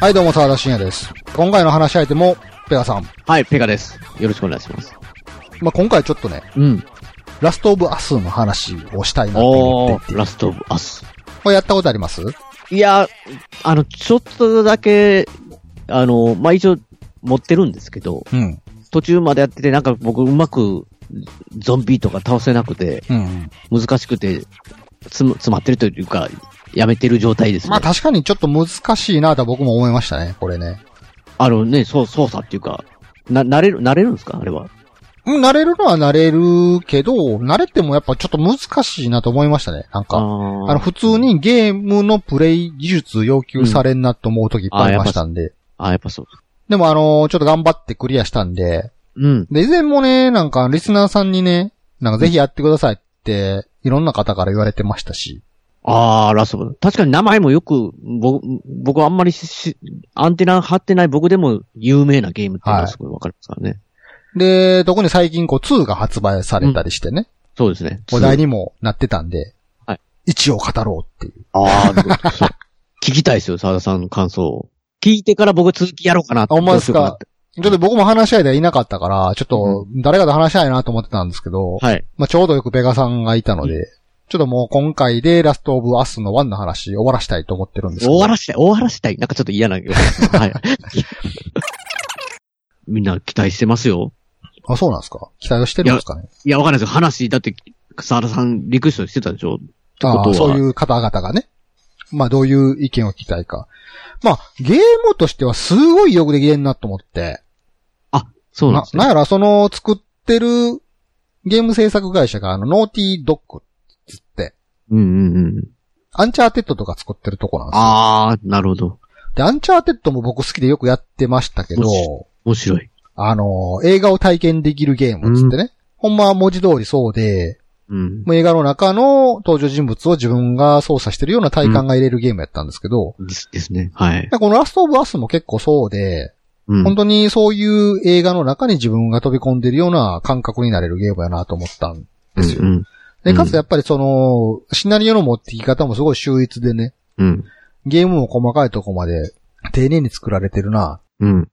はい、どうも、沢田信也です。今回の話し相手も、ペアさん。はい、ペガです。よろしくお願いします。まあ、今回ちょっとね、うん。ラストオブアスの話をしたいなと思おっていー、て。ラストオブアス。これやったことありますいや、あの、ちょっとだけ、あの、まあ、一応、持ってるんですけど、うん。途中までやってて、なんか僕うまく、ゾンビとか倒せなくて、うん。難しくて、つむ、詰まってるというか、やめてる状態ですね。まあ、確かにちょっと難しいなとは僕も思いましたね、これね。あのね、そう、操作っていうか、な、慣れる、慣れるんですかあれは。うん、慣れるのは慣れるけど、慣れてもやっぱちょっと難しいなと思いましたね、なんあか。ーあの、普通にゲームのプレイ技術要求されんなと思う時いっぱいありましたんで。あ、やっぱそう。でもあのちょっと頑張ってクリアしたんで、うん。で、以前もね、なんか、リスナーさんにね、なんかぜひやってくださいって、いろんな方から言われてましたし。ああ、ラストオブ。確かに名前もよく、ぼ僕はあんまりしし、アンテナ張ってない僕でも有名なゲームっていうのはすごいわかりますからね。で、特に最近こう2が発売されたりしてね、そうですね。話題にもなってたんで、はい一応語ろうっていう。ああ、 そう。聞きたいですよ、沢田さんの感想を。聞いてから僕続きやろうかなって。あほんまですかどうしようちょっと僕も話し合いではいなかったから、ちょっと誰かと話したいなと思ってたんですけど、かなって。はい。まあちょうどよくベガさんがいたので、うちょっともう今回でラストオブアスの1の話終わらしたいと思ってるんですけ終ど。わらしたい、終わらしたい。なんかちょっと嫌な気がします。はい。 みんな期待してますよ。あ、そうなんですか期待をしてるんですかねいや、わかんないですよ。話、だって、沢田さんリクエストしてたでしょことあはあそういう方々がね。まあ、どういう意見を聞きたいか。まあ、ゲームとしてはすごいよくできてんなと思って。そうなんなで、すね。なんやら、その作ってるゲーム制作会社が、あの、ノーティードッグつって、うんうんうん。アンチャーテッドとか作ってるとこなんですよああ、なるほど。で、アンチャーテッドも僕好きでよくやってましたけもど、面白い。あの、映画を体験できるゲームつってね。ほんまは文字通りそうで、うん。もう映画の中の登場人物を自分が操作してるような体感が入れるゲームやったんですけど、ですですね。はい。でこのラストオブアスも結構そうで、うん本当にそういう映画の中に自分が飛び込んでるような感覚になれるゲームやなと思ったんですよ。うんうん。で、かつやっぱりその、シナリオの持ってき方もすごい秀逸でね、うん。ゲームも細かいとこまで丁寧に作られてるな。うん。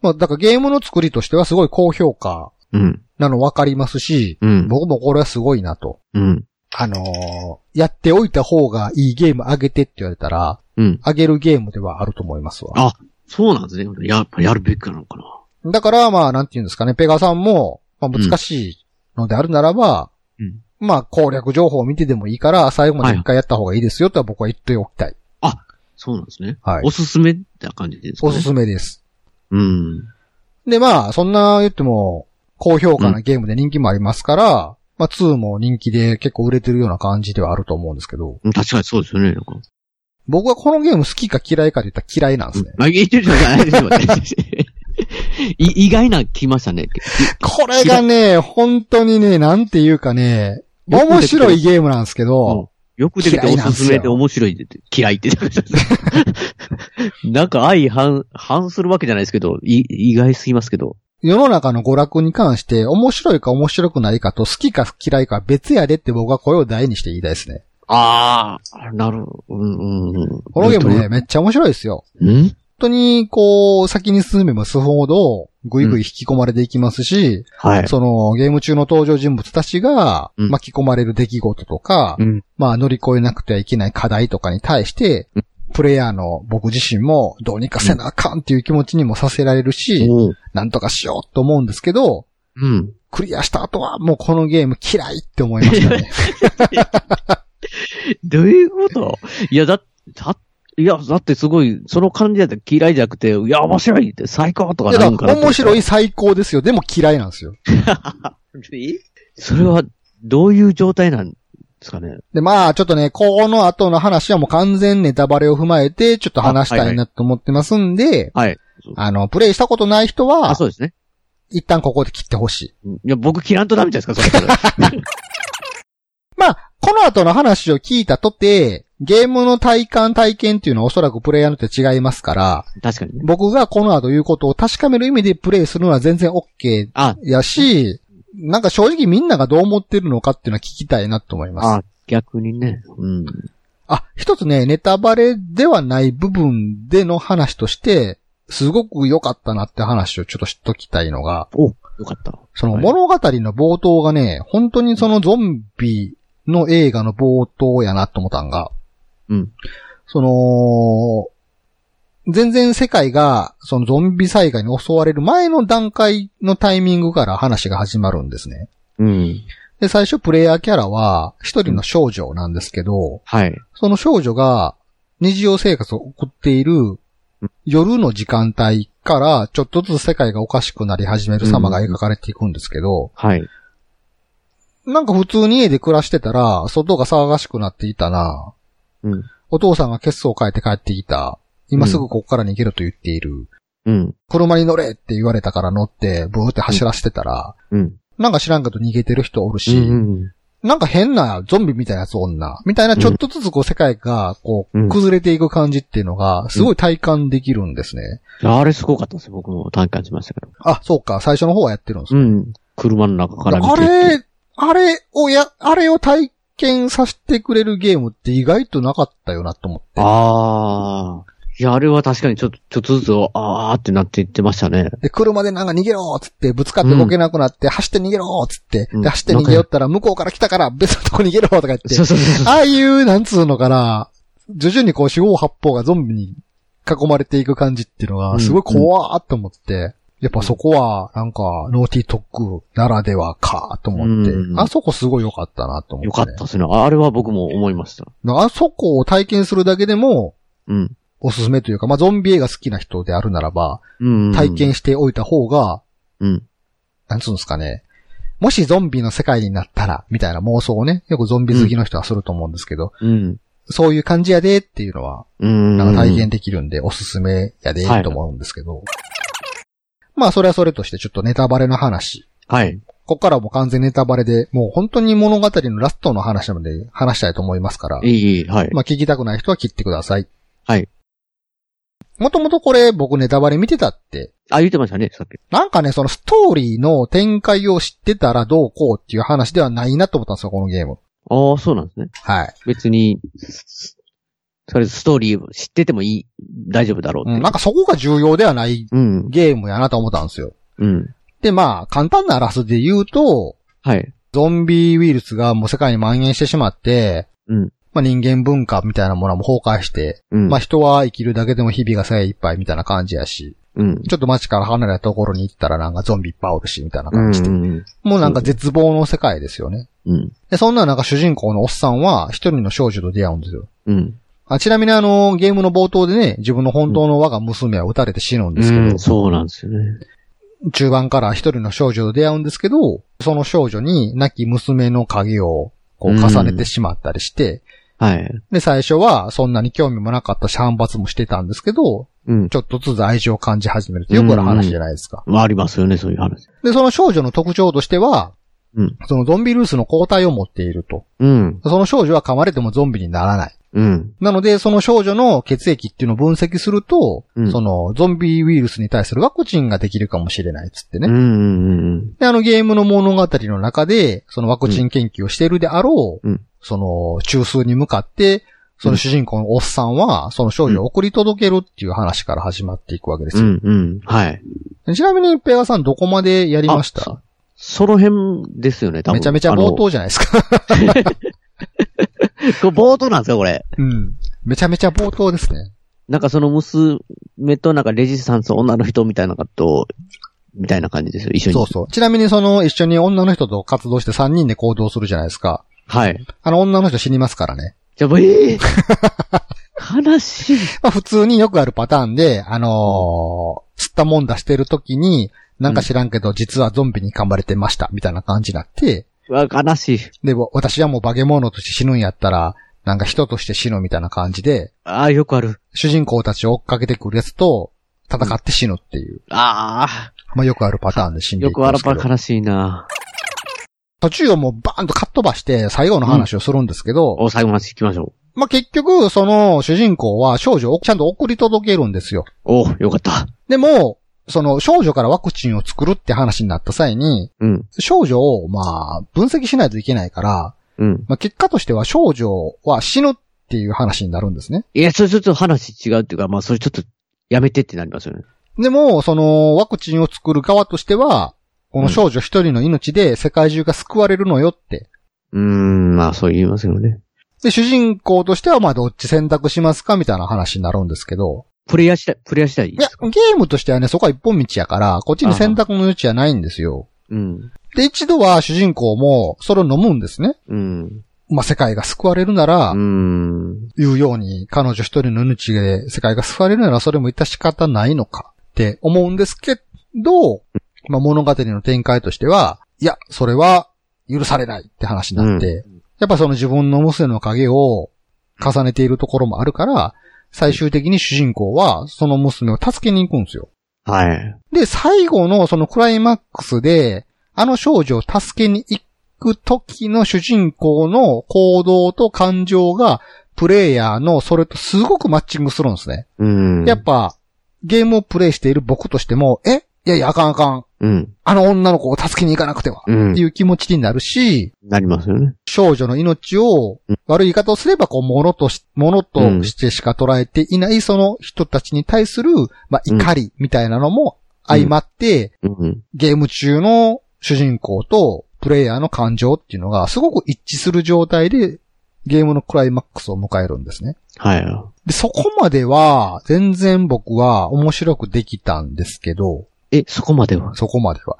まあ、だからゲームの作りとしてはすごい高評価うん。なの分かりますし、うん。僕もこれはすごいなと。うん。あのーやっておいた方がいいゲームあげてって言われたら、うん。あげるゲームではあると思いますわ。そうなんですね。やっぱやるべきなのかな。だから、まあ、なんていうんですかね、ペガさんも、まあ、難しいのであるならば、うんまあ、攻略情報を見てでもいいから、最後まで一回やった方がいいですよとは僕は言っておきたい。そうなんですね。はいお。すすめって感じですかおね。すすめです。うん。で、まあ、そんな言っても、高評価なゲームで人気もありますから、まあ、2も人気で結構売れてるような感じではあると思うんですけど、確かにそうですよね。なんか。僕はこのゲーム好きか嫌いかで言ったら嫌いなんですね。あ、言ってるじゃないですよ。 い意外な来ましたね。これがね、本当にね、なんていうかね、よくできてる面白いゲームなんですけど、よくできて嫌いおなんですすよすめで面白いでって、嫌いって。 なんか相反、反するわけじゃないですけど、い意外すぎますけど。世の中の娯楽に関して面白いか面白くないかと好きか嫌いか別やでって僕は声を大にして言いたいですね。ああ、なるほど。うんうんうん。このゲームね、めっちゃ面白いですよ。うん本当に、こう、先に進めば進むほど、ぐいぐい引き込まれていきますし、はい。その、ゲーム中の登場人物たちが、うん巻き込まれる出来事とか、うん。まあ、乗り越えなくてはいけない課題とかに対してう、プレイヤーの僕自身もどうにかせなあかんっていう気持ちにもさせられるし、おうなんとかしようと思うんですけど、うん。クリアした後はもうこのゲーム嫌いって思いましたね。 どういうこといや、だ、だ、いや、だってすごい、その感じだったら嫌いじゃなくて、いや、面白いって最高とかいやなだんかからな面白い。い最高ですよ。でも嫌いなんですよ。えそれは、どういう状態なんですかねで、まあ、ちょっとね、この後の話はもう完全ネタバレを踏まえて、ちょっと話しあたはいいはなと思ってますんで、はい。あの、プレイしたことない人あ、は、そうですね。一旦ここで切ってほしい。うんいや、僕嫌いとダメじゃないですか、それ。 まあ、この後の話を聞いたとて、ゲームの体感体験っていうのはおそらくプレイヤーによって違いますから、確かにね。僕がこの後言うことを確かめる意味でプレイするのは全然 OK あ、やし、なんか正直みんながどう思ってるのかっていうのは聞きたいなと思います。あ、逆にね。うん。ああ、一つね、ネタバレではない部分での話として、すごく良かったなって話をちょっとしときたいのが、およかった。そのはい物語の冒頭がね、本当にそのゾンビの映画の冒頭やなと思ったんが、うん。その、全然世界が、そのゾンビ災害に襲われる前の段階のタイミングから話が始まるんですね。うん。で、最初プレイヤーキャラは、一人の少女なんですけど、はい。その少女が日常生活を送っている夜の時間帯からちょっとずつ世界がおかしくなり始める様が描かれていくんですけど、はい。なんか普通に家で暮らしてたら、外が騒がしくなっていたな。うん。お父さんが血相を変えて帰ってきた。今すぐここから逃げろと言っている。うん。車に乗れって言われたから乗って、ブーって走らせてたら、うん。なんか知らんけど逃げてる人おるうし、ん。なんか変なゾンビみたいなやつ女、みたいなちょっとずつこう世界がこうんう崩れていく感じっていうのがすごい体感できるんですね。あれすごかったですよ。僕も体感しましたけど。あ、そうか、最初の方はやってるんですうねん。車の中から見てあ。れ、あれをや、あれを体験させてくれるゲームって意外となかったよなと思って。ああ。いや、あれは確かにちょっと、ちょっとずつ、あーってなっていってましたね。で、車でなんか逃げろーっつって、ぶつかって動けなくなって、走って逃げろーっつって、うんで、走って逃げよったら、向こうから来たから別のとこ逃げろーとか言って、そうそうそうそう。 ああいう、なんつうのかな、徐々にこう四方八方がゾンビに囲まれていく感じっていうのうが、んすごい怖ーって思って、やっぱそこは、なんか、ノーティートックならではか、と思って、うんあそこすごい良かったな、と思って、よかったですね。あれは僕も思いました。あそこを体験するだけでも、うん。おすすめというか、まあ、ゾンビ映画好きな人であるならば、うん。体験しておいた方が、うん。なんつうんですかね。もしゾンビの世界になったら、みたいな妄想をね、よくゾンビ好きの人はすると思うんですけど、うん。そういう感じやでっていうのは、うん。なんか体験できるんで、おすすめやではいと思うんですけど。まあ、それはそれとして、ちょっとネタバレの話。はい。ここからはもう完全ネタバレで、もう本当に物語のラストの話なので話したいと思いますから、いいいい、はい。まあ聞きたくない人は切ってください。はい。もともとこれ僕ネタバレ見てたってあ、言ってましたね、さっき。なんかね、そのストーリーの展開を知ってたらどうこうっていう話ではないなと思ったんですよ、このゲーム。ああ、そうなんですね。はい。別に、それストーリーを知っててもいい、大丈夫だろううっん、て。なんかそこが重要ではないうん。ゲームやなと思ったんですよ。うん。で、まあ、簡単なあらすで言うと、はい。ゾンビウイルスがもう世界に蔓延してしまって、うんまあ人間文化みたいなものはもう崩壊して、うん。まあ人は生きるだけでも日々が精一杯みたいな感じやし、うん。ちょっと街から離れたところに行ったらなんかゾンビいっぱいおるし、みたいなう感ん。じで。うん。もうなんか絶望の世界ですよね。うん。で、そんな中主人公のおっさんは一人の少女と出会うんですよ。うん。あちなみにあの、ゲームの冒頭でね、自分の本当の我が娘は撃たれて死ぬんですけど、そうなんですよね。中盤から一人の少女と出会うんですけど、その少女に亡き娘の影をこううん重ねてしまったりして、はい。で、最初はそんなに興味もなかったし反発もしてたんですけど、うん。ちょっとずつ愛情を感じ始めるってよくある話じゃないですか。まあありますよね、そういう話。で、その少女の特徴としては、うんそのゾンビルースの抗体を持っていると。うん。その少女は噛まれてもゾンビにならない。うん。なので、その少女の血液っていうのを分析すると、うんそのゾンビウイルスに対するワクチンができるかもしれないっつってね。うんうん。で、あのゲームの物語の中で、そのワクチン研究をしているであろう、うんその中枢に向かって、その主人公のおっさんは、その少女を送り届けるっていう話から始まっていくわけですうよ。ん。うん。はい。ちなみに、ペガさんどこまでやりましあそたその辺ですよね、多分。めちゃめちゃあの冒。頭じゃないです か。これ冒頭なんですよ、これ。うん。めちゃめちゃ冒頭ですね。なんかその娘となんかレジスタンス女の人みたいなのと、みたいな感じですよ、一緒に。そうそう。ちなみにその一緒に女の人と活動して3人で行動するじゃないですか。はい。あの女の人死にますからね。じゃあ、ええ悲しい。まあ普通によくあるパターンで、あのー、吸ったもんだしてる時に、なんか知らんけど、実はゾンビに噛まれてました、みたいな感じになって、うわ、悲しい。で、わ私はもう化け物として死ぬんやったら、なんか人として死ぬみたいな感じで、ああ、よくある。主人公たちを追っかけてくるやつと、戦って死ぬっていう、あまあよくあるパターンで死あ、んでよいくんくあでるすぱけど、悲しいな。途中をもうバーンとかっ飛ばして、最後の話をするんですけど、お、最後まで行きましょまあ結局、その主人公は少女をちゃんと送り届けるんですよ。う。お、よかった。でも、その少女からワクチンを作るって話になった際に、うん、少女を、まあ、分析しないといけないから、うん、まあ、結果としては少女は死ぬってっていう話になるんですね。いや、それちょっと話違うっていうか、まあ、それちょっとやめてってなりますよね。でも、その、ワクチンを作る側としては、この少女一人の命で世界中が救われるのよって。うーん、まあ、そう言いますよね。で、主人公としては、まあ、どっち選択しますかみたいな話になるんですけど。プレイヤーしたい、プレイヤーしたいいや、ゲームとしてはね、そこは一本道やから、こっちに選択の余地はないんですよ。うん。で、一度は主人公も、それを飲むんですね。うん。まあ、世界が救われるならう、ん。いうように、彼女一人の命で世界が救われるならそれも致し方ないのかって思うんですけど、まあ、物語の展開としては、いや、それは許されないって話になって、やっぱその自分の娘の影を重ねているところもあるから、最終的に主人公はその娘を助けに行くんですよ。はい。で、最後のそのクライマックスで、あの少女を助けに行く時の主人公の行動と感情が、プレイヤーのそれとすごくマッチングするんですね。うん。やっぱ、ゲームをプレイしている僕としても、えいやいや、あかんあかん。うん。あの女の子を助けに行かなくては。うんって。いう気持ちになるし、なりますよね。少女の命をうん悪い言い方をすれば、こう、ものとし、ものとしてしか捉えていないその人たちに対する、まあ、怒りみたいなのも相まって、うん。ゲーム中の主人公とプレイヤーの感情っていうのがすごく一致する状態でゲームのクライマックスを迎えるんですね。はい。で、そこまでは全然僕は面白くできたんですけど、え、そこまでは。そこまでは。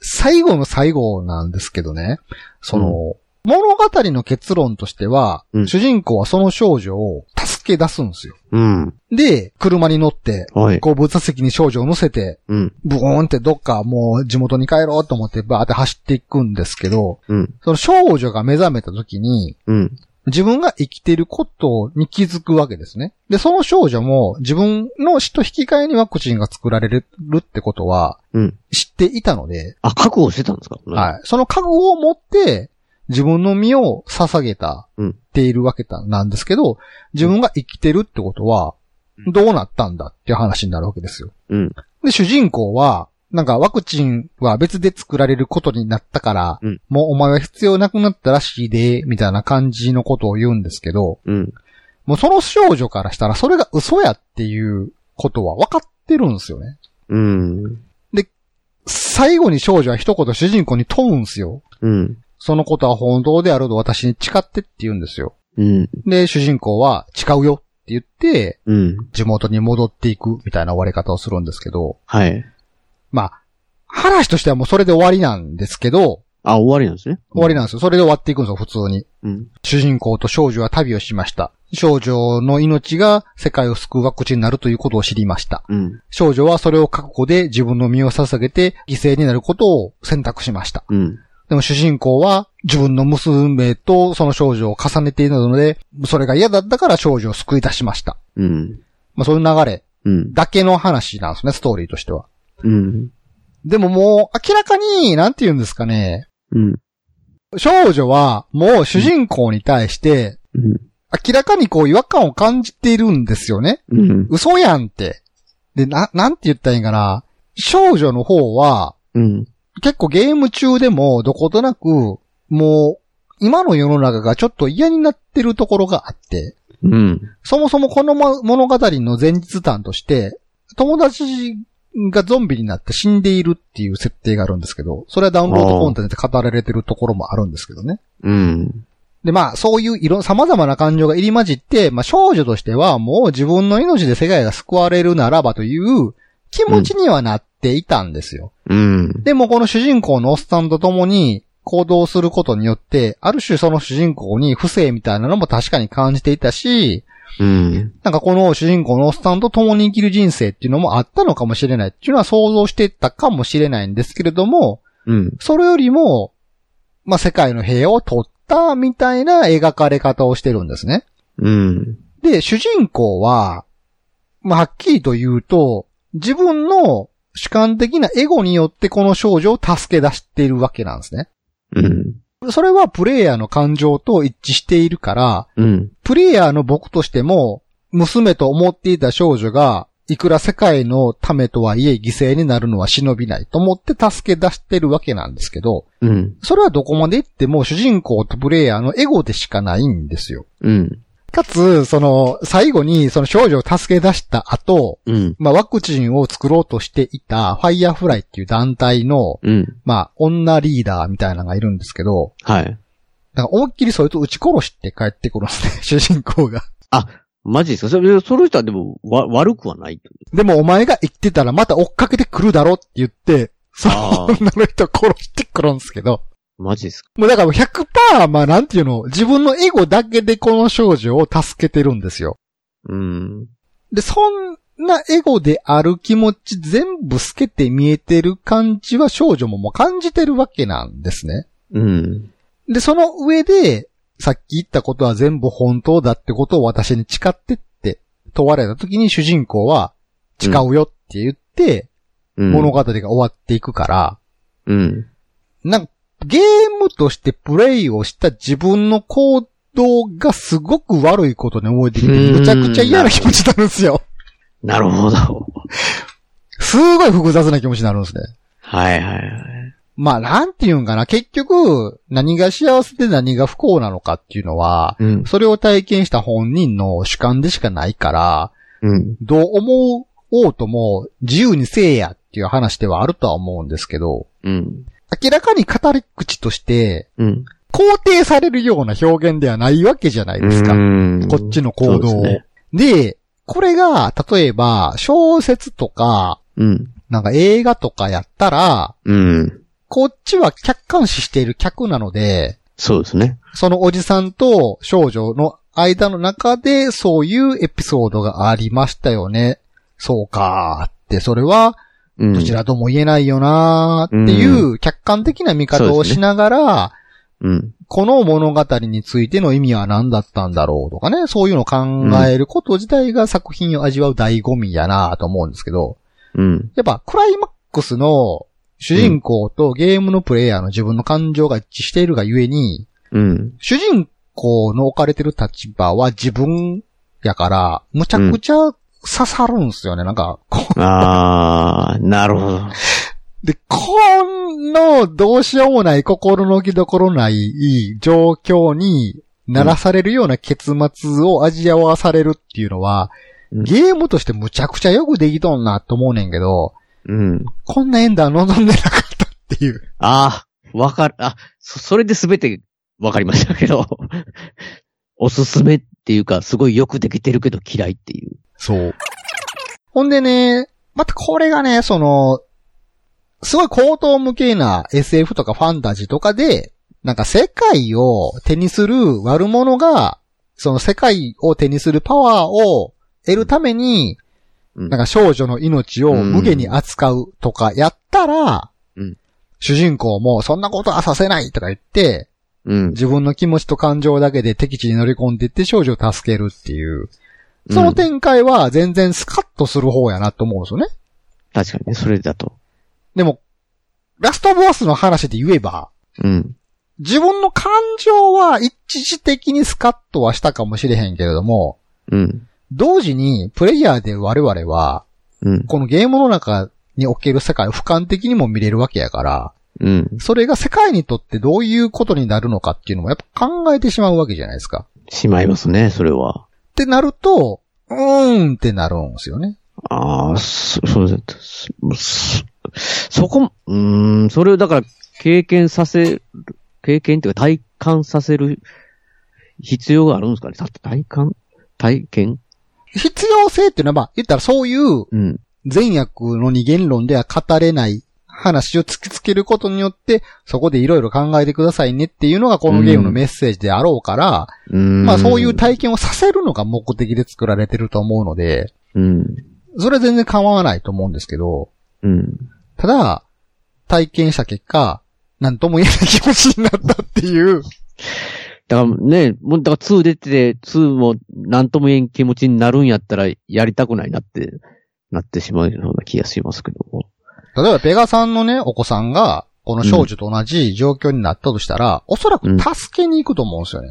最後の最後なんですけどね、その、物語の結論としては、うん主人公はその少女を助け出すんですよ。うん。で、車に乗って、はい。後部座席に少女を乗せて、うん。ブーンってどっかもう地元に帰ろうと思ってバーって走っていくんですけど、うん。その少女が目覚めた時に、うん。自分が生きていることに気づくわけですね。で、その少女も自分の死と引き換えにワクチンが作られるってことはうん。知っていたので、あ、覚悟してたんですかい。はい。その覚悟を持って自分の身を捧げたうんっているわけなんですけど、自分が生きてるってことはうんどうなったんだっていう話になるわけですよ。うん。で、主人公は、なんかワクチンは別で作られることになったから、うんもうお前は必要なくなったらしいで、みたいな感じのことを言うんですけど、うん。もうその少女からしたらそれが嘘やっていうことは分かってるんですよね。うん。最後に少女は一言主人公に問うんですよ。うん。そのことは本当であると私に誓ってって言うんですよ。うん。で、主人公は誓うよって言って、うん。地元に戻っていくみたいな終わり方をするんですけど、はい。まあ、話としてはもうそれで終わりなんですけど、あ、終わりなんですね。終わりなんですよ。それで終わっていくんですよ、普通に。うん。主人公と少女は旅をしました。少女の命が世界を救うワクチンになるということを知りました。うん。少女はそれを覚悟で自分の身を捧げて犠牲になることを選択しました。うん。でも主人公は自分の娘とその少女を重ねているので、それが嫌だったから少女を救い出しました。うん。まあそういう流れうん。だけの話なんですね、ストーリーとしては。うん。でももう明らかに、なんて言うんですかね、うん。少女はもう主人公に対してうん。明らかにこう違和感を感じているんですよね。うん。嘘やんって。で、な、なんて言ったらいいんかな。少女の方は、うん。結構ゲーム中でもどことなく、もう、今の世の中がちょっと嫌になってるところがあって、うん。そもそもこのも物語の前日談として、友達がゾンビになって死んでいるっていう設定があるんですけど、それはダウンロードコンテンツで語られてるところもあるんですけどね。うん。で、まあ、そういういろ、様々な感情が入り混じって、まあ、少女としてはもう自分の命で世界が救われるならばという気持ちにはなっていたんですよ。うん。でも、この主人公のおっさんと共に行動することによって、ある種その主人公に不正みたいなのも確かに感じていたし、うん。なんかこの主人公のおっさんと共に生きる人生っていうのもあったのかもしれないっていうのは想像してたかもしれないんですけれども、うん。それよりも、まあ、世界の平和を取ったみたいな描かれ方をしてるんですね。うん。で、主人公は、まあ、はっきりと言うと、自分の主観的なエゴによってこの少女を助け出しているわけなんですね。うん。それはプレイヤーの感情と一致しているから、うん。プレイヤーの僕としても、娘と思っていた少女が、いくら世界のためとはいえ犠牲になるのは忍びないと思って助け出してるわけなんですけど、うん。それはどこまで行っても主人公とプレイヤーのエゴでしかないんですよ。うん。かつ、その、最後に、その少女を助け出した後、うん。まあ、ワクチンを作ろうとしていた、ファイヤーフライっていう団体の、うん。まあ、女リーダーみたいなのがいるんですけど、はい。だから思いっきりそれと撃ち殺して帰ってくるんですね、 主人公が。マジですかそれ、その人はでも、わ、悪くはない。でもお前が生きてたらまた追っかけてくるだろって言って、そのあー女の人を殺してくるんですけど、マジですかもうだから100%、まあなんていうの、自分のエゴだけでこの少女を助けてるんですよ。うん。で、そんなエゴである気持ち全部透けて見えてる感じは少女ももう感じてるわけなんですね。うん。で、その上で、さっき言ったことは全部本当だってことを私に誓ってって問われた時に主人公は誓うよって言ってうん物語が終わっていくから、うん。なんかゲームとしてプレイをした自分の行動がすごく悪いことに思えてきて、うんめちゃくちゃ嫌な気持ちになるんですよ。なるほど。すごい複雑な気持ちになるんですね。はいはいはい。まあ、なんていうんかな、結局、何が幸せで何が不幸なのかっていうのは、うん。それを体験した本人の主観でしかないから、うん。どう思おうとも自由にせえやっていう話ではあるとは思うんですけど、うん。明らかに語り口としてうん。肯定されるような表現ではないわけじゃないですか。うんこっちの行動そをうですねで,、これが、例えば、小説とか、うん。なんか映画とかやったら、うん。こっちは客観視している客なので、そうですね。そのおじさんと少女の間の中でそういうエピソードがありましたよね。そうかーって、それはうん。どちらとも言えないよなーっていう客観的な見方をしながら、うん。この物語についての意味は何だったんだろうとかね、そういうのを考えること自体が作品を味わう醍醐味やなーと思うんですけど、うん。やっぱクライマックスの主人公とゲームのプレイヤーの自分の感情が一致しているがゆえに、うん。主人公の置かれてる立場は自分やから、むちゃくちゃ刺さるんすよね。なんか、こあー、なるほど。で、このどうしようもない心の置きどころない状況にならされるような結末を味わわされるっていうのは、うんゲームとしてむちゃくちゃよくできとんなと思うねんけど、うん。こんなエンダー望んでなかったっていう。あー、わかる。あ、そ、それで全てわかりましたけど。 おすすめっていうか、すごいよくできてるけど嫌いっていう。そう。ほんでね、またこれがね、その、すごい高等無形な SF とかファンタジーとかで、なんか世界を手にする悪者が、その世界を手にするパワーを得るために、うんなんか少女の命を無下に扱うとかやったら、うん主人公もそんなことはさせないとか言って、うん。自分の気持ちと感情だけで敵地に乗り込んでいって少女を助けるっていう。その展開は全然スカッとする方やなと思うんですよね。確かにね、それだと。でも、ラストボスの話で言えば、うん。自分の感情は一時的にスカッとはしたかもしれへんけれども、うん。同時にプレイヤーで我々は、うん。このゲームの中における世界を俯瞰的にも見れるわけやから、うん。それが世界にとってどういうことになるのかっていうのもやっぱ考えてしまうわけじゃないですか。しまいますね、それは。ってなると、うーんってなるんですよね。ああ、そ、そうです。そ、そこ、うーん、それをだから経験させる、経験っていうか体感させる必要があるんですかねた体感体験必要性っていうのは、まあ、言ったらそういううん。善悪の二元論では語れない話を突きつけることによって、そこでいろいろ考えてくださいねっていうのがこのゲームのメッセージであろうから、うーんまあそういう体験をさせるのが目的で作られてると思うので、うん。それは全然構わないと思うんですけど、うん。ただ、体験した結果、なんとも言えない気持ちになったっていう、だからね、もう、だから2出てて、2もなんとも言えん気持ちになるんやったらやりたくないなって、なってしまうような気がしますけども。例えばペガさんのね、お子さんが、この少女と同じ状況になったとしたら、おそらく助けに行くと思うんですよね。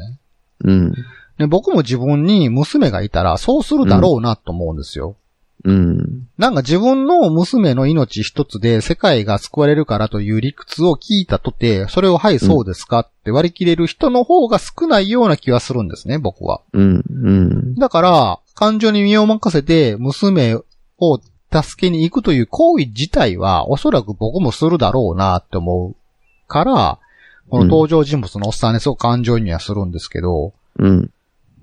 うん。で、僕も自分に娘がいたら、そうするだろうなと思うんですよ。うん。なんか自分の娘の命一つで世界が救われるからという理屈を聞いたとて、それをはいそうですかって割り切れる人の方が少ないような気はするんですね、僕は。うん。うん。だから、感情に身を任せて娘を助けに行くという行為自体はおそらく僕もするだろうなって思うから、この登場人物のおっさんね、すごく感情にはするんですけど、うん。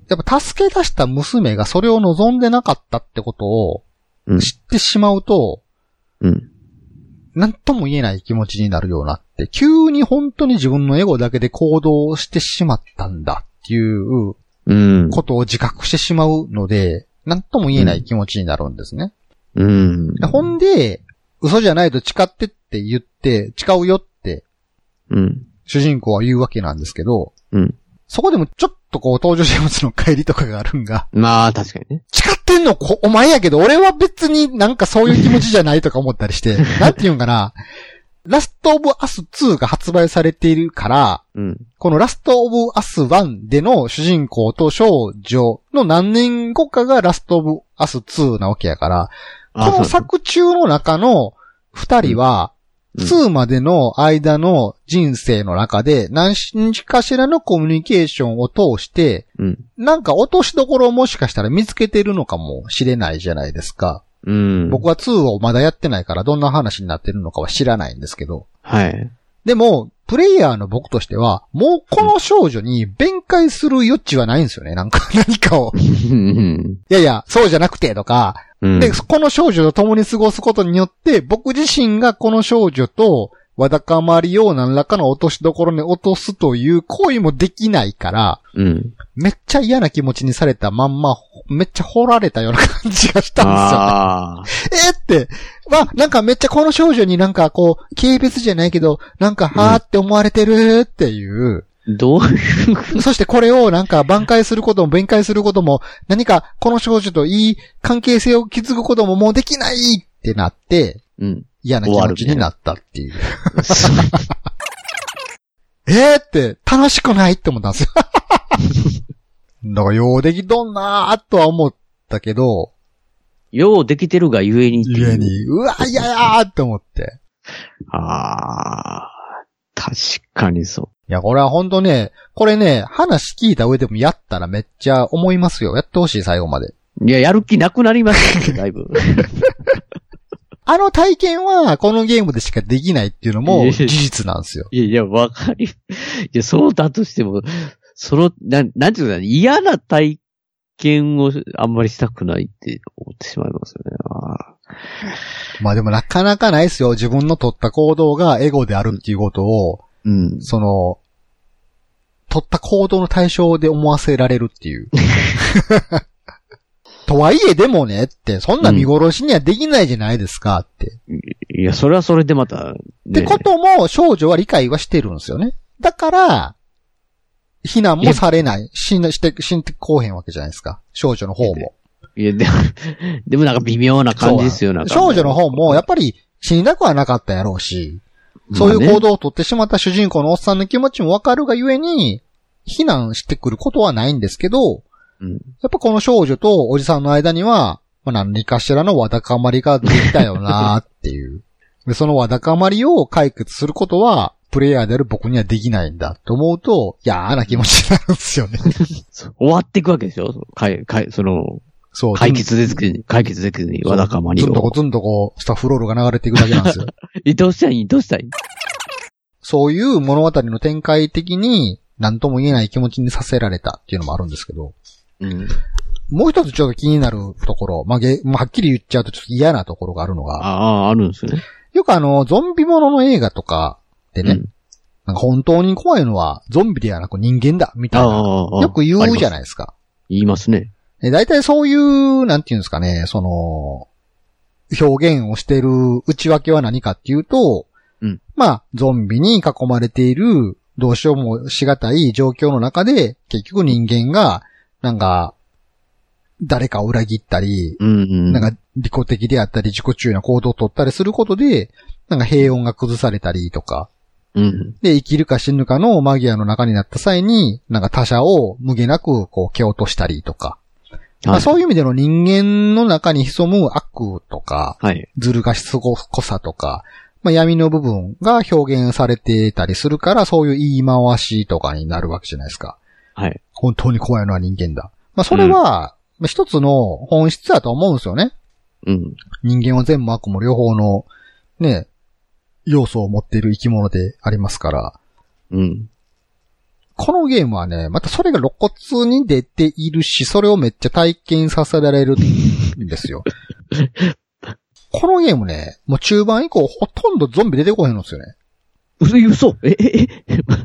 やっぱ助け出した娘がそれを望んでなかったってことをうん知ってしまうと、うん。なんとも言えない気持ちになるようになって、急に本当に自分のエゴだけで行動してしまったんだっていううん。ことを自覚してしまうので、なんとも言えない気持ちになるんですね。うん。でほんで、嘘じゃないと誓ってって言って、誓うよってうん。主人公は言うわけなんですけど、うん。そこでもちょっとこう登場人物の帰りとかがあるんが、まあ、確かにね。誓ってんのこお前やけど俺は別になんかそういう気持ちじゃないとか思ったり して、なんて言うんかな、ラストオブアス2が発売されているから、うん。このラストオブアス1での主人公と少女の何年後かがラストオブアス2なわけやから、こあのそう作中の中の二人は、うん2までの間の人生の中で何かしらのコミュニケーションを通して、うん。なんか落としどころをもしかしたら見つけてるのかもしれないじゃないですか。うん。僕は2をまだやってないからどんな話になってるのかは知らないんですけど。はい。でも、プレイヤーの僕としては、もうこの少女に弁解する余地はないんですよね。なんか、 何かを。うん。いやいや、そうじゃなくて、とか。うんで、この少女と共に過ごすことによって、僕自身がこの少女と、わだかまりを何らかの落としどころに落とすという行為もできないから、うん。めっちゃ嫌な気持ちにされたまんま、めっちゃ掘られたような感じがしたんですよ。ああ。えーって、まあ、なんかめっちゃこの少女になんかこう、軽蔑じゃないけど、なんかはーって思われてるっていう。どういうこそしてこれをなんか挽回することも弁解することも、何かこの少女といい関係性を築くことももうできないってなって、とうん。嫌な気持ちになったっていう。そえーって、楽しくないって思ったんですよ。 だからようできとんなーとは思ったけど、ようできてるがゆえにっていう。家に、うわ、いややーって思って。ああ。確かにそいや、これはほんとね、これね、話聞いた上でもやったらめっちゃ思いますよ。やってほしい、最後まで。う。いや、やる気なくなりまし たね、だいぶ。あの体験は、このゲームでしかできないっていうのも事実なんですよ。いやいや、わかり、いや、そうだとしても、その、なん、なんていうかな、嫌な体験をあんまりしたくないって思ってしまいますよね。あまあでもなかなかないですよ。自分の取った行動がエゴであるっていうことを、ーうん。その、取った行動の対象で思わせられるっていう。とはいえでもねって、そんな見殺しにはできないじゃないですかって。いや、それはそれでまた、ってね、ことも少女は理解はしてるんですよね。だから、避難もされない。死なして、死んでこうへんわけじゃないですか。少女の方も。いや、でも、 でもなんか微妙な感じですよ、なんか。少女の方も、やっぱり死にたくはなかったやろうし、そういう行動をとってしまった主人公のおっさんの気持ちもわかるがゆえに、避難してくることはないんですけど、うんやっぱこの少女とおじさんの間には、まあ、何かしらのわだかまりができたよなって いう。で、そのわだかまりを解決することは、プレイヤーである僕にはできないんだと思うと、嫌な気持ちになるんです よね。そう終わっていくわけでしょその解、解、その、そう。解決できずに、解決できずに、わだかまりずんとこを。ずんとこ、スタッフロールが流れていくだけなん ですよ。え、どうしたらいいどうしたらいいそういう物語の展開的に、何とも言えない気持ちにさせられたっていうのもあるんですけど、うん。もう一つちょっと気になるところ、まあ、げ、まあ、はっきり言っちゃうとちょっと嫌なところがあるのが、ああ、あるんですね。よくあの、ゾンビものの映画とかでね、うんなんか本当に怖いのはゾンビではなく人間だ、みたいあな。あああ、よく言うじゃないないですか。言いますね。え大体そういう、なんていうんですかね、その、表現をしてる内訳は何かっていうと、うんまあ、ゾンビに囲まれている、どうしようもしがたい状況の中で、結局人間が、なんか、誰かを裏切ったり、うんうん。なんか、利己的であったり、自己中な行動を取ったりすることで、なんか平穏が崩されたりとか、うん。で、生きるか死ぬかの間際の中になった際に、なんか他者を無下なく、こう、蹴落としたりとか、まあ、そうう。いう意味での人間の中に潜む悪とか、はい。ずる賢さとか、まあ、闇の部分が表現されてたりするから、そういう言い回しとかになるわけじゃないですか。はい。本当に怖いのは人間だ。まあ、それは、まあ一つの本質だと思うんですよね。うん。人間は善も悪も両方の、ね、要素を持っている生き物でありますから、うん。このゲームはね、またそれが露骨に出ているし、それをめっちゃ体験させられるんです よ。このゲームね、もう中盤以降ほとんどゾンビ出てこへんのですよね。嘘、嘘え、え、え、 ま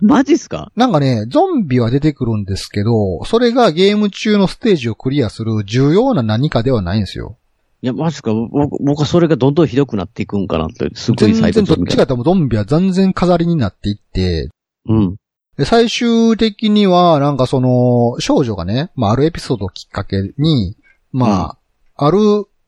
マジっすかなんかね、ゾンビは出てくるんですけど、それがゲーム中のステージをクリアする重要な何かではないんですよ。いや、マジっすか僕僕はそれがどんどんひどくなっていくんかなって、すご全い最然初どっちかともゾンビは全然飾りになっていって、うん。で、最終的には、なんかその、少女がね、まあ、あるエピソードをきっかけに、まあ、ある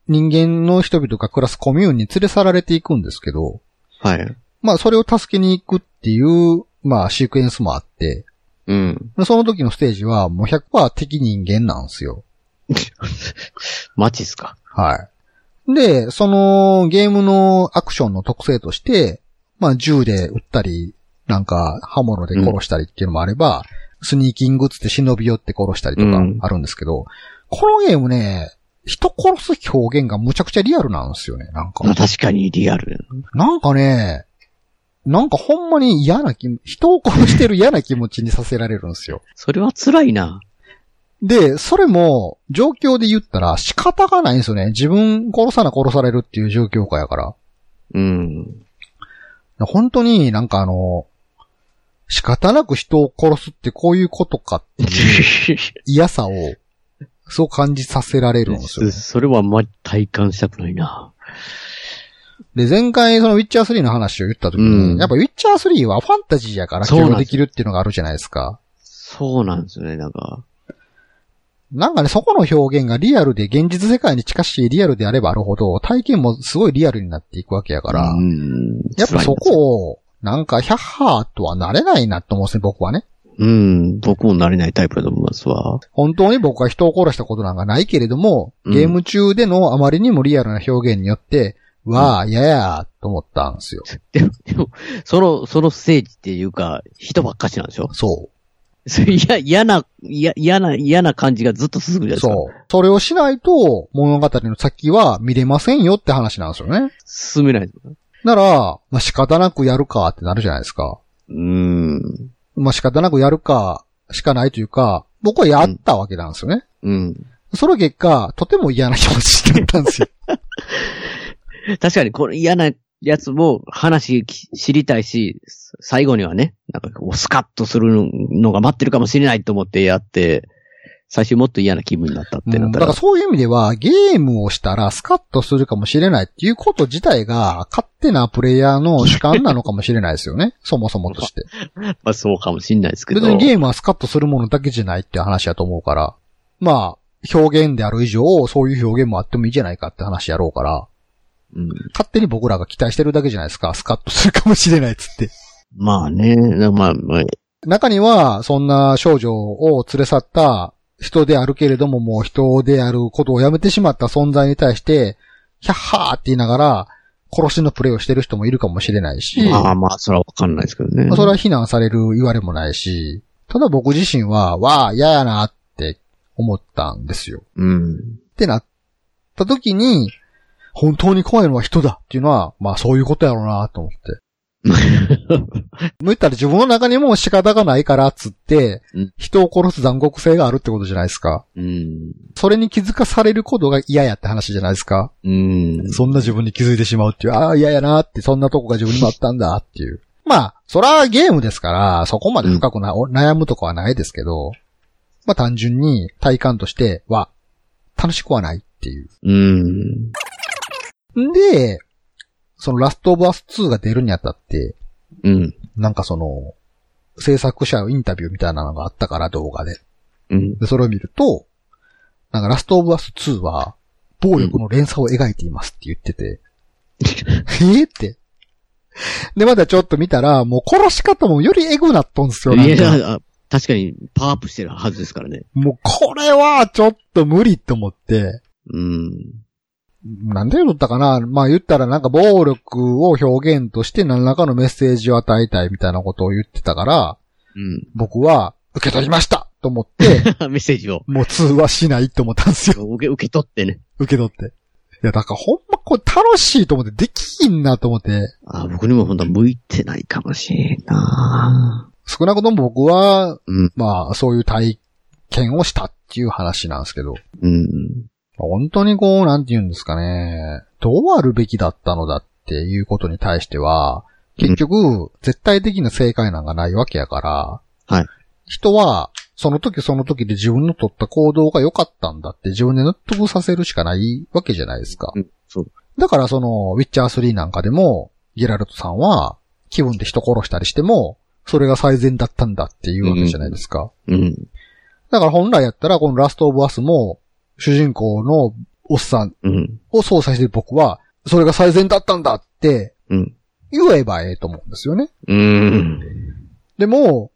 人間の人々が暮らすコミューンに連れ去られていくんですけど、はい。まあ、それを助けに行くっていう、まあ、シークエンスもあって、うん。でその時のステージは、もう100%敵人間なんですよ。マジっすかはい。で、その、ゲームのアクションの特性として、まあ、銃で撃ったり、なんか、刃物で殺したりっていうのもあれば、スニーキングっつって忍び寄って殺したりとかうんあるんですけど、このゲームね、人殺す表現がむちゃくちゃリアルなんですよね、なんかまあ。確かにリアル。なんかね、なんかほんまに嫌な気も、人を殺してる嫌な気持ちにさせられるんですよ。それは辛いな。で、それも、状況で言ったら仕方がないんですよね。自分殺さな殺されるっていう状況下やから。うん。本当になんかあの、仕方なく人を殺すってこういうことかって いう嫌さを、そう感じさせられるんですよね。 それはあんまり体感したくないな。で、前回そのウィッチャー3の話を言った時に、うんやっぱウィッチャー3はファンタジーやからそう共な有んでですきるっていうのがあるじゃないですか。そうなんですよね、なんか。なんかね、そこの表現がリアルで現実世界に近しいリアルであればあるほど、体験もすごいリアルになっていくわけやから、うん。やっぱそを。こを、なんか、ヒャッハーとはなれないなと思うんですね、僕はね。うん。僕もなれないタイプだと思いますわ。本当に僕は人を殺したことなんかないけれども、うんゲーム中でのあまりにもリアルな表現によって、わあ、ややーと思ったんですよ。でも、でも、その、そのステージっていうか、人ばっかしなんでしょ そそれ嫌、嫌な、嫌嫌な、嫌な感じがずっと続くじゃなう。いですか。そう。それをしないと、物語の先は見れませんよって話なんですよね。進めない。なら、まあ、仕方なくやるかってなるじゃないですか。うん。まあ、仕方なくやるかしかないというか、僕はやったわけなんですよね。うん。その結果、とても嫌な気持ちになったんですよ。確かに、これ嫌なやつも話き知りたいし、最後にはね、なんかこうスカッとするのが待ってるかもしれないと思ってやって、最終もっと嫌な気分にな ったっうてなんっただら。からそういう意味では、ゲームをしたらスカッとするかもしれないっていうこと自体が、勝手なプレイヤーの主観なのかもしれないですよ ね。そもそもとして。まあそうかもしれないですけど。別にゲームはスカッとするものだけじゃないって話だと思うから、まあ、表現である以上、そういう表現もあってもいいじゃないかって話やろうから、うん、勝手に僕らが期待してるだけじゃないですか。スカッとするかもしれないっつって。まあね、まあ、まあ、中には、そんな少女を連れ去った人であるけれども、もう人であることをやめてしまった存在に対して、ヒャッハーって言いながら、殺しのプレイをしてる人もいるかもしれないし、ままあまあ、それはわかんないですけどね。あそれは非難される言われもないし、ただ僕自身は、わあ、嫌やなって思ったんですよ。うん。ってなった時に、本当に怖いのは人だっていうのは、まあそういうことやろうなと思って。もう言ったら自分の中にも仕方がないからっつってうん、人を殺す残酷性があるってことじゃないですか。うん。それに気づかされることが嫌やって話じゃないですか。うん。そんな自分に気づいてしまうっていう、ああ、嫌やなって、そんなとこが自分にもあったんだっていう。まあ、そらゲームですから、そこまで深くな、お悩むとかはないですけど、まあ単純に体感としては、楽しくはないっていう。うん。んで、そのラストオブアス2が出るにあたって、うん。なんかその、制作者のインタビューみたいなのがあったから動画で。うん。で、それを見ると、なんかラストオブアス2は、暴力の連鎖を描いていますって言ってて、 えーって。で、まだちょっと見たら、もう殺し方もよりエグなっとんすよ、いなんかや、あ確かにパワーアップしてるはずですからね。もうこれはちょっと無理と思って、うん。なんで言ったかなまあ言ったらなんか暴力を表現として何らかのメッセージを与えたいみたいなことを言ってたから、うん。 僕は受け取りましたと思って、メッセージをもう通話しないと思ったんですよ。受け受け取ってね。受け取って。いや、だからほんまこれ楽しいと思って、できひんなと思って、あ僕にも本当は向いてないかもしれんな少なくとも僕は、うんまあそういう体験をしたっていう話なんですけど、うん。本当にこう、なんて言うんですかね、どうあるべきだったのだっていうことに対しては、結局、絶対的な正解なんかないわけやから、はい人は、その時その時で自分の取った行動が良かったんだって自分で納得させるしかないわけじゃないですか。うんそう。だからその、ウィッチャー3なんかでも、ゲラルトさんは、気分で人殺したりしても、それが最善だったんだっていうわけじゃないですか。うん。だから本来やったら、このラストオブアスも、主人公のおっさんうん。を操作してる僕は、それが最善だったんだってうん。言えばええと思うんですよね。うん。でも、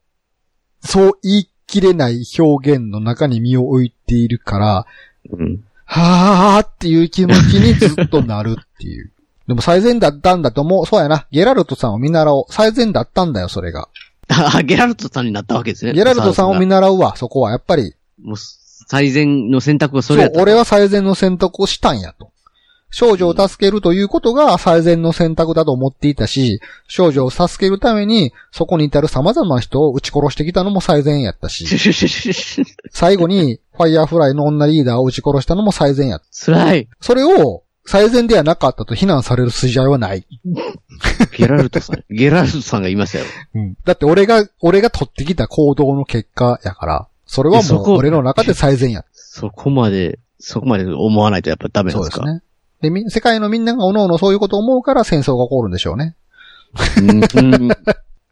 そう言い切れない表現の中に身を置いているから、うん。はぁーっていう気持ちにずっとなるっていう。 でも最善だったんだと思う。そうやな。ゲラルトさんを見習おう。最善だったんだよ、それが。あ、ゲラルトさんになったわけですね。ゲラルトさんを見習うわ、そこは。やっぱり、もう、最善の選択はそそれやうっ、た俺は最善の選択をしたんやと。少女を助けるということが最善の選択だと思っていたし、少女を助けるために、そこに至る様々な人を撃ち殺してきたのも最善やった し、最後に、ファイヤーフライの女リーダーを撃ち殺したのも最善やった。辛い。それを、最善ではなかったと非難される筋合いはない。ゲラルトさん。 ゲラルトさんがいましたよ。だって俺が、俺が取ってきた行動の結果やから、それはそもうこ俺の中で最善やったそこまで、そこまで思わないとやっぱダメなんですかそうですね。で、み、世界のみんながおのおのそういうことを思うから戦争が起こるんでしょうね。うん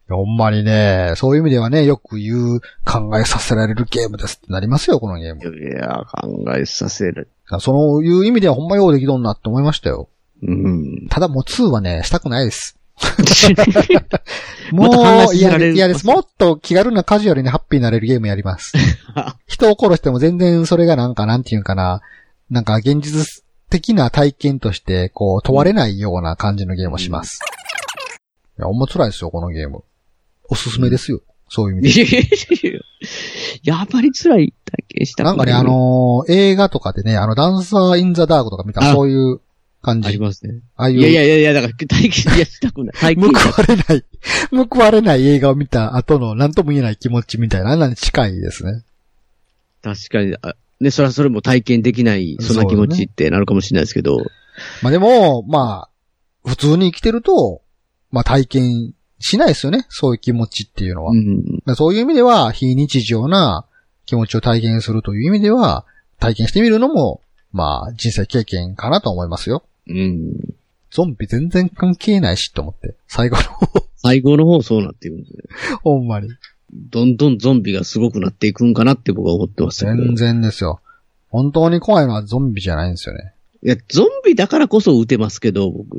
ほんまにね、そういう意味ではね、よく言う考えさせられるゲームですってなりますよ、このゲーム。いや、考えさせる。そういう意味ではほんまようできとんなって思いましたよ。うん。 ただもう2はね、したくないです。また考えもさうせ嫌られでるす。嫌です。もっと気軽なカジュアルにハッピーになれるゲームやり ます。人を殺しても全然それがなんか、なんていうんかな、なんか現実的な体験として、こう、問われないような感じのゲームをします。いや、ほんま辛いですよ、このゲーム。おすすめですよ。そういう意味で。やっぱり辛い体験したなんかね、あ、のー映画とかでね、あの、ダンサー・イン・ザ・ダークとか見たら、あそういう感ありじ。ますね。ああいういやいやいやいや、だから体験、いや、したくない。体報験したわれない、報われない映画を見た後の何とも言えない気持ちみたいな、あんなに近いですね。確かに、あね、それはそれも体験できない、そんな気持ちってなるかもしれないですけど、まあでも、まあ、普通に生きてると、まあ体験しないですよね。そういう気持ちっていうのは。だん。からそういう意味では、非日常な気持ちを体験するという意味では、体験してみるのも、まあ人生経験かなと思いますよ。うん。ゾンビ全然関係ないしと思って。最後の方、最後の方そうなっていくんですね。ほんまに。どんどんゾンビがすごくなっていくんかなって僕は思ってますけど。全い然ですよ。本当に怖いのはゾンビじゃないんですよね。や、ゾンビだからこそ撃てますけど、僕。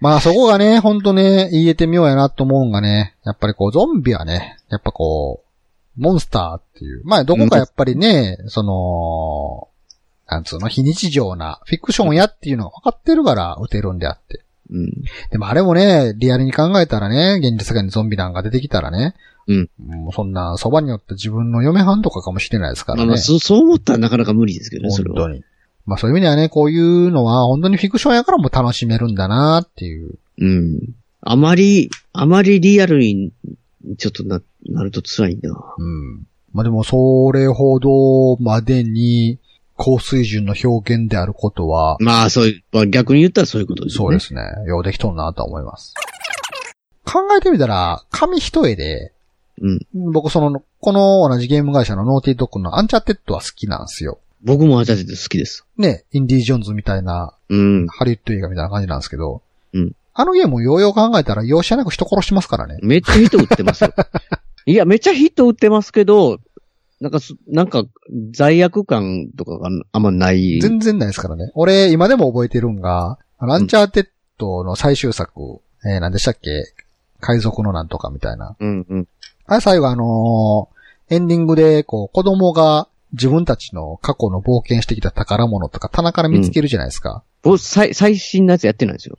まあそこがね、ほんとね、言えてみようやなと思うんがね、やっぱりこうゾンビはね、やっぱこう、モンスターっていう。まあどこかやっぱりね、その、なんつうの、非日常なフィクションやっていうのが分かってるから打てるんであって。うん。でもあれもね、リアルに考えたらね、現実界にゾンビなんか出てきたらね、うんもうそんなそばによって自分の嫁はんとかかもしれないですかまらあまねあ、。そそう思ったらなかなか無理ですけどね、それ本当は。に。まあそういう意味ではね、こういうのは本当にフィクションやからも楽しめるんだなっていう。うん。あまり、あまりリアルに、ちょっとな、なると辛いな。うん。まあでも、それほどまでに高水準の表現であることは、まあ、そういう、まあ、逆に言ったらそういうことですね。そうですね。ようできとんなとは思います。考えてみたら、紙一重で、うん。僕その、この同じゲーム会社のノーティードッグのアンチャーテッドは好きなんですよ。僕もアジャジ好きです。ね、インディ・ージョーンズみたいな、うん。ハリウッド映画みたいな感じなんですけど、うんあのゲームをようよう考えたら容赦なく人殺してますからね。めっちゃヒット打ってますよ。 いや、めっちゃヒット打ってますけど、なんかそ、なんか、罪悪感とかがあんまない。全然ないですからね。俺、今でも覚えてるんが、あのアンチャーテッドの最終作、えー、何でしたっけ海賊のなんとかみたいな。うんうん。あれ最後あのエンディングで、こう、子供が自分たちの過去の冒険してきた宝物とか棚から見つけるじゃないですか。僕、最、最新のやつやってないんですよ。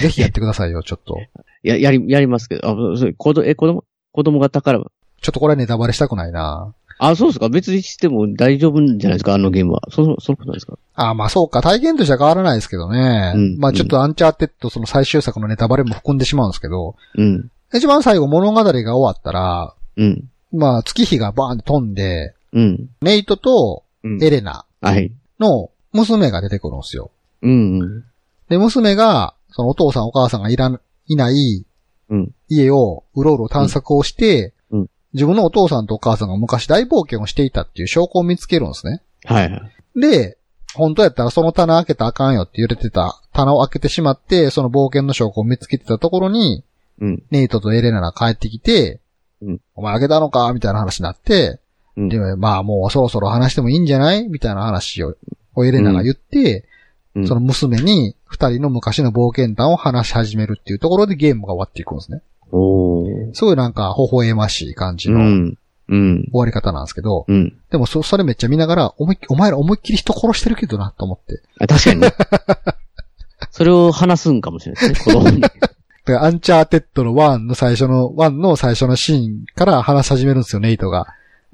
ぜひやってくださいよ、ちょっと。や、やり、やりますけど、あ、そう、子供、え、子供、子供が宝物。ちょっとこれはネタバレしたくないなあ、そうですか別にしても大丈夫じゃないですかあのゲームは。そ、そのことないですかああ、まあそうか。体験としては変わらないですけどね。うんまあちょっとアンチャーテッドその最終作のネタバレも含んでしまうんですけど、うん。一番最後物語が終わったら、うん。まあ月日がバーンって飛んで、うん。ネイトとうんエレナはい。の娘が出てくるんですよ。うん。うんで、娘が、そのお父さんお母さんがいらん、いないうん。家をうろうろ探索をして、うんうん自分のお父さんとお母さんが昔大冒険をしていたっていう証拠を見つけるんですね。はいはい。で、本当やったらその棚開けたらあかんよって言われてた棚を開けてしまって、その冒険の証拠を見つけてたところに、うん。ネイトとエレナが帰ってきて、うんお前開けたのかみたいな話になって、うんで、まあもうそろそろ話してもいいんじゃないみたいな話を、をエレナが言って、うんその娘に二人の昔の冒険談を話し始めるっていうところでゲームが終わっていくんですね。おー。すごいなんか微笑ましい感じうの終ん。うん。わり方なんですけど、うん。でもそ、それめっちゃ見ながら、思いっきお前ら思いっきり人殺してるけどなと思って。あ、確 かにね。それを話すんかもしれないですね、子 供に。だからアンチャーテッドの1の最初の、1の最初のシーンから話し始めるんですよ、ネイトが。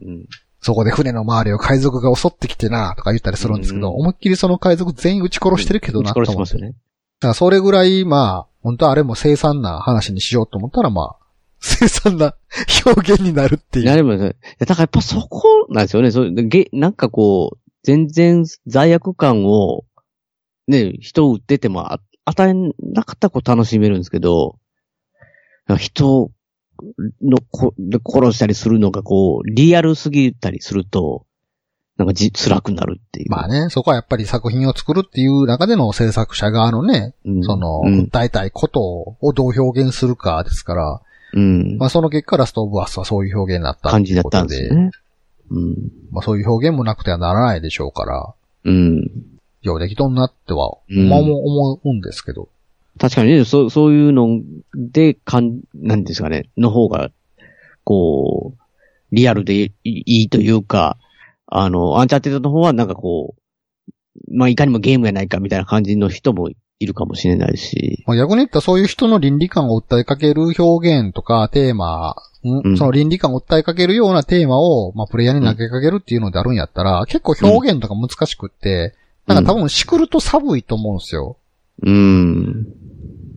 うん。そこで船の周りを海賊が襲ってきてな、とか言ったりするんですけど、うん思いっきりその海賊全員撃ち殺してるけどな、と殺思しって。てますよね。だからそれぐらい、まあ、本当はあれも凄惨な話にしようと思ったら、まあ、凄惨な表現になるっていなう。るほど。いやだからやっぱそこなんですよね。そうげなんかこう、全然罪悪感を、ね、人を売っててもあ与えなかったらこう楽しめるんですけど、人のこで殺したりするのがこう、リアルすぎたりすると、なんかじ辛くなるっていう。まあね、そこはやっぱり作品を作るっていう中での制作者側のね、うんそのう、ん。大体ことをどう表現するかですから、うんまあその結果ラストオブアスはそういう表現になった感じだっってこたとんですでよ、ね。うん。まあそういう表現もなくてはならないでしょうから、うん。ようできとんなっては、うんまあも思うんですけど、確かにね、そう、そういうので、かん、なんですかね、の方が、こう、リアルでいいいいというか、あの、アンチャーテッドの方はなんかこう、まあ、いかにもゲームやないかみたいな感じの人もいるかもしれないし、まあ逆に言ったらそういう人の倫理観を訴えかける表現とかテーマ、んうんその倫理観を訴えかけるようなテーマを、まあプレイヤーに投げかけるっていうのであるんやったら、結構表現とか難しくって、うんなんか多分しくると寒いと思うんですよ。うん、だか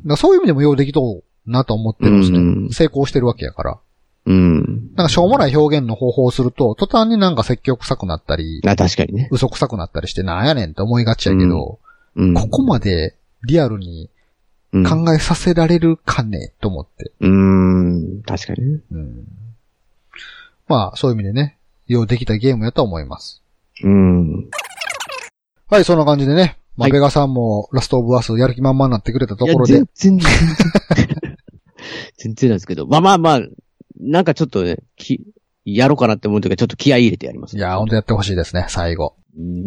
らそういう意味でもようできとうなと思ってるんですね。うん成功してるわけやから。うん。なんかしょうもない表現の方法をすると、途端になんか説教臭くなったり、あ確かにね。嘘臭くなったりしてなんやねんって思いがちやけど、うん。ここまでリアルにうん、考えさせられるかね、と思って。うん、確かにね。うんまあ、そういう意味でね、ようできたゲームやと思います。うん。はい、そんな感じでね、まあ、はいベガさんもラストオブアスやる気満々になってくれたところでいや、全然、全然全然なんですけど。まあまあまあ、なんかちょっとね、き、やろうかなって思うときはちょっと気合い入れてやります、いや、ほんとやってほしいですね、最後。うん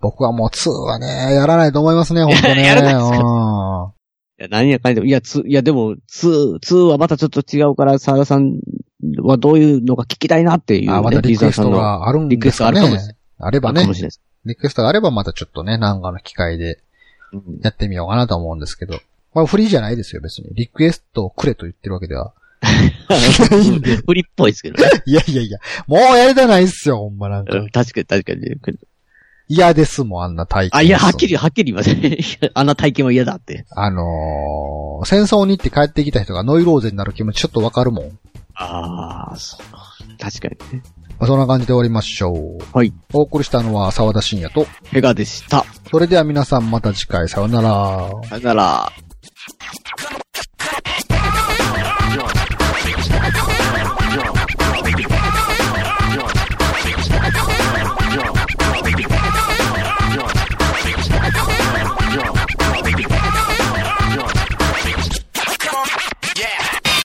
僕はもう2はね、やらないと思いますね、ほんとね。やらないですかうんいや、何やかんやでも、いや、ツーいや、でも、ツー、ツーはまたちょっと違うから、沢田さんはどういうのが聞きたいなっていう、ね。あ、またリクエストあがあるんですかリクエストあるかもしね。あればるかねも、しれないです。リクエストがあればまたちょっとね、なんかの機会で やってみようかなと思うんですけど。まあ、フリーじゃないですよ、別に。リクエストをくれと言ってるわけでは。いいんでフリっぽいですけどね。いやいやいや、もうやりたないっすよ、ほんまなんかう。ん確かに、確かに。嫌ですもん、あんな体験。あ、いや、はっきり、はっきり言いません。いやあん な体験は嫌だって。あのー、戦争に行って帰ってきた人がノイローゼになる気持ちちょっとわかるもん。ああ、そう。確かにね。まあそんな感じで終わりましょう。はい。お送りしたのは沢田信也と、ヘガでした。それでは皆さんまた次回さようなら。さよなら。